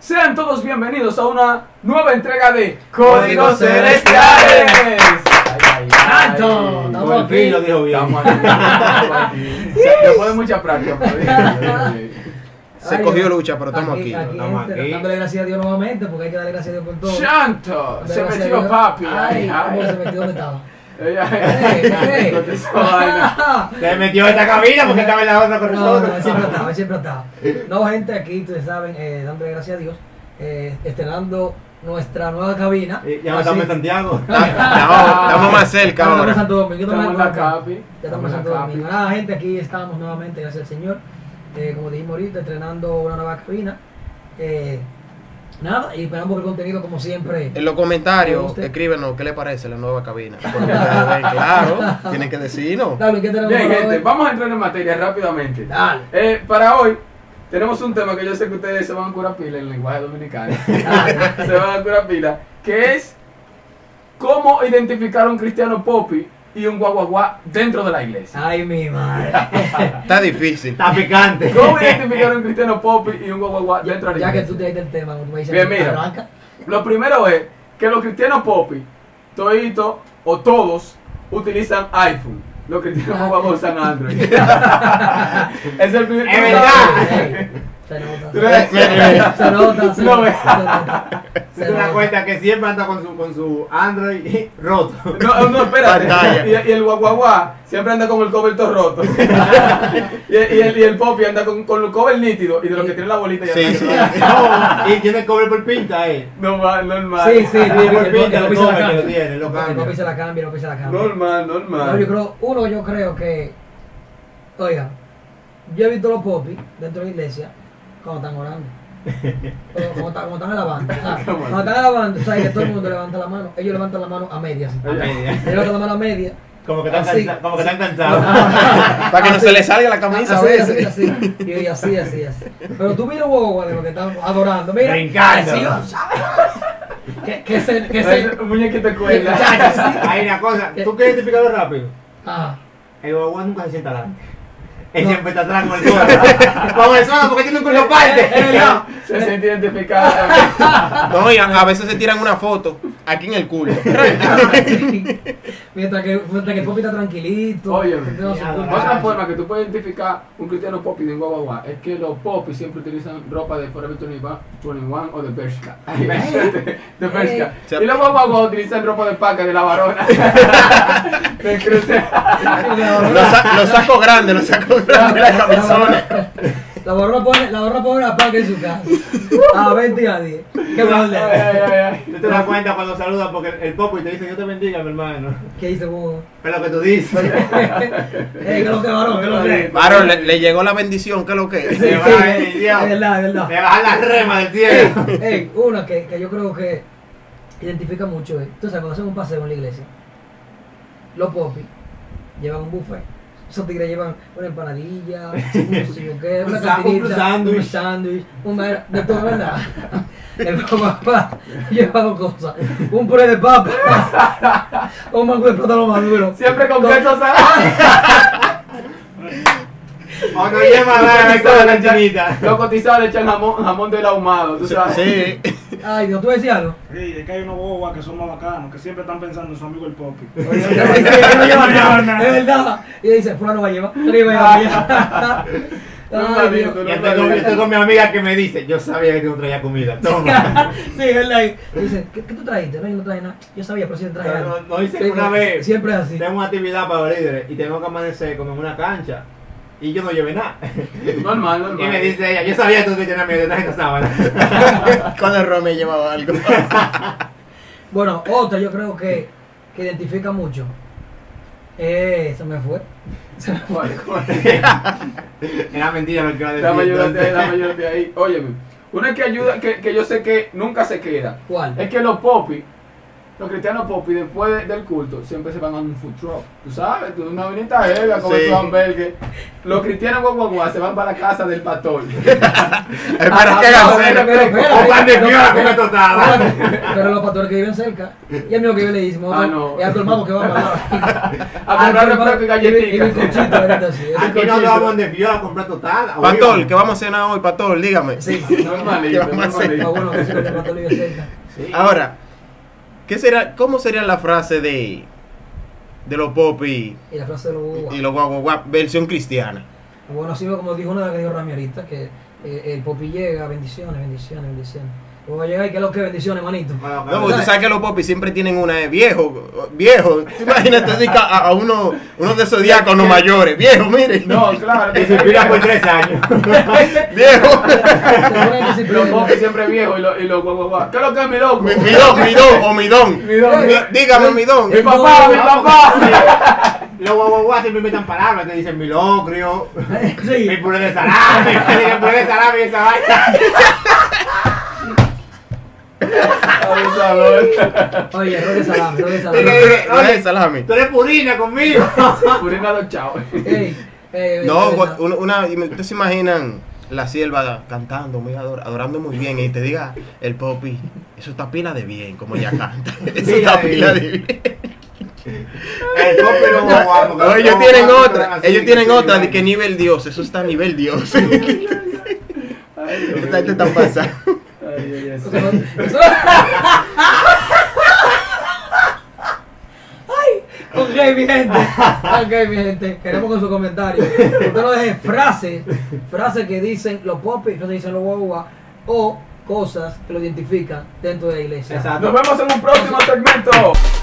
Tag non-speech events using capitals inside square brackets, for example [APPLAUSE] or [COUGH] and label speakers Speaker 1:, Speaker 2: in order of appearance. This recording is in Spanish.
Speaker 1: Sean todos bienvenidos a una nueva entrega de
Speaker 2: Códigos Celestiales.
Speaker 1: ¡Santo!
Speaker 2: Como
Speaker 3: Estamos
Speaker 2: el Pin
Speaker 3: aquí.
Speaker 2: lo dijo bien.
Speaker 1: Estamos aquí, estamos aquí. Después de mucha práctica. pues.
Speaker 4: Se
Speaker 3: Ay,
Speaker 4: cogió
Speaker 3: Dios.
Speaker 4: lucha, pero estamos aquí.
Speaker 3: Aquí,
Speaker 2: estamos
Speaker 3: gente,
Speaker 2: aquí.
Speaker 3: dándole gracias a Dios nuevamente, porque hay que darle gracias a Dios por todo.
Speaker 1: ¡Santo!
Speaker 3: Darle
Speaker 1: Se
Speaker 3: gracias a
Speaker 1: metió
Speaker 3: Dios.
Speaker 1: papi.
Speaker 3: Ay,
Speaker 1: Ay, ay.
Speaker 3: cómo se metió
Speaker 1: [LAUGHS]
Speaker 3: donde estaba.
Speaker 1: Ay, ay.
Speaker 3: Ey, ey.
Speaker 1: Esa vaina.
Speaker 2: Se metió en esta cabina
Speaker 3: [LAUGHS]
Speaker 2: porque estaba en la otra con
Speaker 3: No, no, él
Speaker 2: nosotros. [LAUGHS]
Speaker 3: siempre estaba, él siempre estaba. No, gente, aquí, ustedes saben, eh, dándole gracias a Dios, eh, estrenando nuestra nueva cabina.
Speaker 2: Eh, Ya me estamos en Santiago.
Speaker 4: Estamos, estamos más cerca
Speaker 3: Estamos en
Speaker 4: ahora.
Speaker 3: Santo Domingo,
Speaker 1: Estamos en la
Speaker 3: estamos en Santo
Speaker 1: capi.
Speaker 3: Domingo. Ya estamos en Santo Domingo. Nada, gente, aquí estamos nuevamente, gracias al Señor. Eh, como dijimos ahorita, estrenando una nueva cabina. Eh, nada, y esperamos que el contenido, como siempre,
Speaker 4: En los comentarios, escríbenos qué le parece la nueva cabina. Porque ustedes ven, claro, tienen que decirnos.
Speaker 3: Dale, ¿qué tenemos
Speaker 1: Bien,
Speaker 3: para
Speaker 1: gente,
Speaker 3: hoy?
Speaker 1: vamos a entrar en materia rápidamente.
Speaker 3: Dale.
Speaker 1: Eh, para hoy tenemos un tema que yo sé que ustedes se van a curar pila en el lenguaje [LAUGHS] dominicano. se van a curar pila. Que es cómo identificar a un cristiano popi y un guaguaguá dentro de la iglesia.
Speaker 3: Ay, mi madre.
Speaker 4: Está difícil.
Speaker 2: Está picante.
Speaker 1: ¿Cómo identificar a un cristiano popi y un guaguaguá dentro de la
Speaker 3: ya que
Speaker 1: iglesia?
Speaker 3: tú te diste el tema, tú me dices,
Speaker 1: Bien, mira.
Speaker 3: arranca.
Speaker 1: Lo primero es que los cristianos popi, todito o todos, utilizan iPhone. Los cristianos
Speaker 3: Ah.
Speaker 1: guaguaguá usan
Speaker 3: [LAUGHS]
Speaker 1: Android. [LAUGHS] es el primer
Speaker 2: Es
Speaker 3: Ey,
Speaker 2: verdad.
Speaker 3: Se nota.
Speaker 1: Ah. Tú ves-
Speaker 3: Se nota, se
Speaker 1: Lo
Speaker 3: nota,
Speaker 1: ves.
Speaker 3: se nota.
Speaker 2: Se da cuenta que siempre anda con su, con su Android [LAUGHS] roto.
Speaker 1: No, no, espérate.
Speaker 4: Pantalla.
Speaker 1: Y, y el guaguaguá siempre anda con el cover todo roto.
Speaker 4: [LAUGHS]
Speaker 1: y, y el, y el popi anda con, con el cover nítido y de lo que tiene la bolita ya
Speaker 4: Sí,
Speaker 1: está.
Speaker 4: sí.
Speaker 2: No, y tiene cobre por pinta, eh.
Speaker 1: Normal, normal.
Speaker 3: Sí, sí,
Speaker 2: Sí, por
Speaker 3: el
Speaker 2: pinta, lo
Speaker 3: Popi se la
Speaker 2: cobre,
Speaker 3: cambia.
Speaker 2: lo tiene, lo
Speaker 3: El Popi se
Speaker 2: cambia.
Speaker 3: la cambia, el Popi se la cambia.
Speaker 1: Normal,
Speaker 3: No, yo
Speaker 1: normal.
Speaker 3: creo, uno, yo creo que. Oiga, yo he visto los popis dentro de la iglesia cuando están orando. O Cuando, están- cuando están alabando. o sea,
Speaker 1: Come on.
Speaker 3: Cuando están alabando, sabes que todo el mundo levanta la mano. Ellos levantan la mano a medias.
Speaker 2: A media.
Speaker 3: Ellos levantan la mano a medias.
Speaker 2: [LAUGHS] Como que están
Speaker 3: Así.
Speaker 2: cansa- como que están
Speaker 3: [LAUGHS]
Speaker 2: cansados.
Speaker 4: Para que no se le salga la camisa a
Speaker 3: Ah, Así, así,
Speaker 4: veces.
Speaker 3: así. Y así, así, así. Pero tú mira un guagua de lo que están adorando. Mira,
Speaker 2: Brincando.
Speaker 3: así, o sea, Que, que se. Que se
Speaker 1: Es un muñequito de [LAUGHS] cuerda.
Speaker 3: Muchachos, sí. Ah,
Speaker 2: Hay una cosa, ¿tú quieres identificarlo rápido?
Speaker 3: Ajá.
Speaker 2: El guagua nunca se sienta adelante. Él
Speaker 3: No.
Speaker 2: siempre está atrás
Speaker 3: [LAUGHS]
Speaker 2: con el solo. Con el solo porque tiene un cuello
Speaker 3: Eh,
Speaker 2: parte.
Speaker 1: Ella Se siente identificada.
Speaker 4: No, y a, a veces se tiran una foto aquí en el culo.
Speaker 3: Sí. Mientras que, mientras que el popi está tranquilito.
Speaker 1: Óyeme.
Speaker 3: no se
Speaker 1: [LAUGHS]
Speaker 3: culpa.
Speaker 1: Otra forma que tú puedes identificar un cristiano popi de un guaguaguá es que los popis siempre utilizan ropa de Forever 21, 21 o [LAUGHS] de Bershka. Eh. De Bershka. Y los guaguaguas utilizan ropa de paca de la
Speaker 4: [LAUGHS]
Speaker 1: varona. De cruce.
Speaker 4: Los, sa- los sacos grandes, los sacos grandes la camisona.
Speaker 3: La borra pone, la borra pone una paca en su casa. Ah, A 20 a 10. Qué mal
Speaker 1: Ay, ay, ay, ay.
Speaker 2: Tú te das cuenta cuando saludas porque el, el popo y te dice, Dios te bendiga, mi hermano.
Speaker 3: ¿Qué dice vos?
Speaker 2: Pero lo que tú dices.
Speaker 3: Ey, que lo que varón, que lo que.
Speaker 4: Varón, le, le llegó la bendición, ¿qué es lo que es?
Speaker 2: Sí.
Speaker 3: Sí,
Speaker 2: Ay,
Speaker 3: es
Speaker 2: Dios.
Speaker 3: verdad, es
Speaker 2: [LAUGHS]
Speaker 3: verdad.
Speaker 2: Me bajan las remas del cielo.
Speaker 3: Ey, una que, que yo creo que identifica mucho es, tú sabes, cuando hacen un paseo en la iglesia, los popis llevan un buffet. Esos tigres llevan una empanadilla, un sí o qué, una
Speaker 2: Un sa- un
Speaker 3: catirita,
Speaker 2: sándwich.
Speaker 3: un sándwich, un mar- de todo, ¿verdad? [LAUGHS] El papá [LAUGHS] lleva dos cosas, un puré de papa, [LAUGHS] un mango de plátano maduro.
Speaker 1: Siempre con queso
Speaker 2: [LAUGHS]
Speaker 1: salado.
Speaker 2: O Ah, no lleva nada de la cantinita.
Speaker 1: Los cotizados le echan jamón, jamón del ahumado, tú sabes.
Speaker 4: Sí.
Speaker 3: Ay, Dios, tú decías algo.
Speaker 5: Sí, es que hay unos bobas que son más bacanos, que siempre están pensando en su amigo el Popi.
Speaker 3: [LAUGHS] Sí, sí, que no lleva nada, Es verdad. Y dice, fulano va a llevar, arriba va a llevar. Ay, Dios.
Speaker 2: Y estoy con, estoy con mi amiga que me dice, yo sabía que tú no traías comida. [LAUGHS] Toma.
Speaker 3: [LAUGHS] sí, él ahí. Dice, ¿qué, qué tú trajiste? No, yo no traje nada. Yo sabía, pero sí traje
Speaker 2: No,
Speaker 3: algo.
Speaker 2: no, no hice
Speaker 3: Sí,
Speaker 2: una vez.
Speaker 3: Siempre es así.
Speaker 2: Tengo una actividad para los líderes y tengo que amanecer como en una cancha. Y yo no llevé nada.
Speaker 1: Normal, normal.
Speaker 2: Y me dice ella, yo sabía que tú tenías miedo de esta sábana.
Speaker 4: [LAUGHS] Cuando el Romeo llevaba algo.
Speaker 3: Bueno, otra yo creo que, que identifica mucho. Eh, se me fue.
Speaker 2: [LAUGHS]
Speaker 1: Bueno, bueno.
Speaker 2: [LAUGHS] Era mentira lo que iba a decir.
Speaker 1: Dame ayúdate ahí,
Speaker 2: entonces.
Speaker 1: dame ayúdate ahí. Óyeme, una que ayuda, que, que yo sé que nunca se queda,
Speaker 3: ¿Cuál?
Speaker 1: es que los popis los cristianos popis después de- del culto siempre se van a un food truck. Tú sabes, tú, una vinita heavy a comer
Speaker 4: Sí.
Speaker 1: tu hamburger. Los cristianos guaguaguá se van para la casa del pastor.
Speaker 4: Espera que
Speaker 1: Ah,
Speaker 4: haga
Speaker 1: no, espera,
Speaker 4: cena.
Speaker 1: espera, espera.
Speaker 2: O pan de piola con una tostada.
Speaker 3: Pero, pero los pastores que viven cerca, y al mío que vive le dicen,
Speaker 1: Ah, no.
Speaker 3: es a tu hermano que va a
Speaker 1: A comprar un plato de
Speaker 3: Y mi
Speaker 4: [LAUGHS]
Speaker 3: cuchito,
Speaker 1: galletitas.
Speaker 3: ahorita sí.
Speaker 1: Ah,
Speaker 2: Aquí no daban de piola a comprar tostada.
Speaker 4: Pastor,
Speaker 2: oigan.
Speaker 4: ¿qué vamos a cenar hoy, Pastor? Dígame.
Speaker 3: Sí, sí.
Speaker 4: ¿Qué
Speaker 1: Normalito,
Speaker 4: vamos a hacer?
Speaker 3: Ah,
Speaker 1: normalito.
Speaker 3: bueno, que sí, los pastores viven cerca.
Speaker 2: Sí.
Speaker 4: Ahora, ¿qué será, ¿cómo sería la frase de, de los popis
Speaker 3: Y la frase de los
Speaker 4: y
Speaker 3: guaguas.
Speaker 4: los guau, guau, guau, versión cristiana?
Speaker 3: Bueno, sí, como dijo una que dijo Rami ahorita, que eh, el popi llega, bendiciones, bendiciones, bendiciones. Luego va a llegar y que lo que bendiciones, manito.
Speaker 2: Bueno,
Speaker 4: No, porque tú sabes que los popis siempre tienen una de viejo, viejo. Tú Imagínate así que a, a uno, uno de esos diáconos mayores. Viejo, mire.
Speaker 1: No,
Speaker 4: [LAUGHS]
Speaker 1: claro.
Speaker 2: Y se pira por tres años.
Speaker 4: Viejo.
Speaker 3: Te ponen
Speaker 1: Los
Speaker 3: disciplina.
Speaker 1: popis siempre viejos y los y los guaguaguá. ¿Qué es lo que es mi loco?
Speaker 4: Mi, mi don, mi don, o mi don.
Speaker 1: Mi don. Eh,
Speaker 4: Mi- dígame, mi don.
Speaker 1: Mi papá, mi
Speaker 2: Ah,
Speaker 1: papá.
Speaker 2: [LAUGHS] Los guaguaguas siempre inventan palabras, te dicen milocrio,
Speaker 3: [LAUGHS] Sí.
Speaker 2: mi puré de salami, te dicen puré de salami y esa vaina.
Speaker 1: Abusador.
Speaker 3: Oye, error de salame, error de
Speaker 1: eh,
Speaker 3: salame.
Speaker 4: No, no, no, no es salami.
Speaker 2: Tú eres purina conmigo.
Speaker 1: Purina los chavos.
Speaker 3: Ey, ey,
Speaker 4: No,
Speaker 3: ey,
Speaker 4: gua- una, una- ustedes se imaginan la sierva cantando, muy ador- adorando muy bien, y te diga el popi, eso está pila de bien, como [LAUGHS] ella canta. Eso está pila de bien.
Speaker 2: [LAUGHS] El popi los guaguaguas. porque
Speaker 4: No,
Speaker 2: los
Speaker 4: ellos
Speaker 2: guaguaguas
Speaker 4: tienen
Speaker 2: siempre
Speaker 4: otra,
Speaker 2: van así,
Speaker 4: ellos tienen
Speaker 2: así,
Speaker 4: otra,
Speaker 2: así.
Speaker 4: de que nivel Dios, eso está a nivel Dios.
Speaker 1: Ay, Dios
Speaker 4: [LAUGHS] Esta gente
Speaker 1: mío.
Speaker 4: está pasada.
Speaker 1: Ay, ay, ay, sí.
Speaker 3: [LAUGHS] Ok, mi gente. Ok, mi gente. Queremos con su comentario. Usted no deje frases, frases que dicen los popis, que dicen los guagua, o cosas que lo identifican dentro de la iglesia.
Speaker 2: Exacto.
Speaker 1: Nos vemos en un próximo segmento.